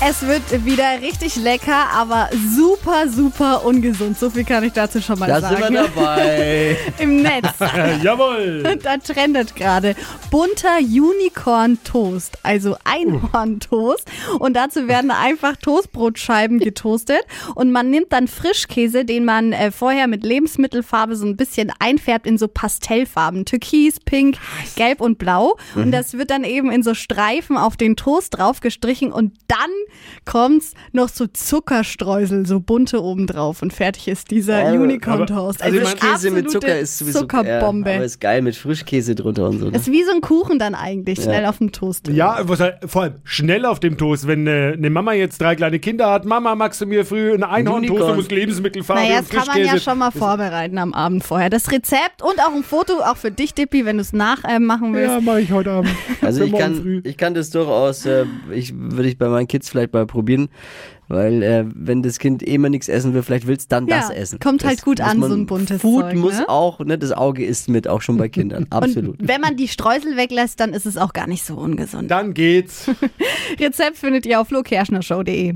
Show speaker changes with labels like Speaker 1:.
Speaker 1: Es wird wieder richtig lecker, aber super, super ungesund. So viel kann ich dazu schon mal
Speaker 2: Da
Speaker 1: sagen.
Speaker 2: sind wir dabei.
Speaker 1: Im Netz.
Speaker 3: Jawohl.
Speaker 1: da trendet gerade bunter Unicorn-Toast, also Einhorn-Toast. Und dazu werden einfach Toastbrotscheiben getoastet. Und man nimmt dann Frischkäse, den man äh, vorher mit Lebensmittelfarbe so ein bisschen einfärbt in so Pastellfarben. Türkis, Pink, Gelb und Blau. Und das wird dann eben in so Streifen auf den Toast drauf gestrichen. Und dann kommt's noch so Zuckerstreusel, so bunte obendrauf. Und fertig ist dieser
Speaker 2: Ja,
Speaker 1: Unicorn-Toast.
Speaker 2: Äh, Also
Speaker 1: Es ist
Speaker 2: Frischkäse mit
Speaker 1: absolute
Speaker 2: Zucker ist sowieso
Speaker 1: Zuckerbombe.
Speaker 2: Ja, aber ist geil mit Frischkäse drunter und so. Ne?
Speaker 1: Ist wie so ein Kuchen dann eigentlich, schnell auf dem Toast.
Speaker 3: Ja, was halt, vor allem schnell auf dem Toast. Wenn äh, eine Mama jetzt drei kleine Kinder hat, Mama, magst du mir früh einen Einhorn-Toast,
Speaker 2: Unicorn.
Speaker 3: du musst Lebensmittelfarbe
Speaker 1: Naja,
Speaker 3: und
Speaker 1: das kann man ja
Speaker 3: Frischkäse.
Speaker 1: schon mal vorbereiten am Abend vorher. Das Rezept und auch ein Foto, auch für dich, Dippi, wenn du es nachmachen willst.
Speaker 3: ja, mache ich heute Abend.
Speaker 2: Also
Speaker 3: Für
Speaker 2: ich
Speaker 3: morgen
Speaker 2: kann,
Speaker 3: früh.
Speaker 2: ich kann das durchaus, äh, ich würde ich bei meinen Kids vielleicht mal probieren, weil äh, wenn das Kind eh mal nichts essen will, vielleicht will es dann
Speaker 1: Ja,
Speaker 2: das essen.
Speaker 1: kommt halt
Speaker 2: das
Speaker 1: gut
Speaker 2: muss
Speaker 1: an,
Speaker 2: man-
Speaker 1: so ein buntes
Speaker 2: Food
Speaker 1: Zeug,
Speaker 2: muss
Speaker 1: ne?
Speaker 2: auch, ne, das Auge isst mit, auch schon bei Kindern, absolut.
Speaker 1: Und wenn man die Streusel weglässt, dann ist es auch gar nicht so ungesund.
Speaker 3: Dann geht's.
Speaker 1: Rezept findet ihr auf lokerschnershow.de.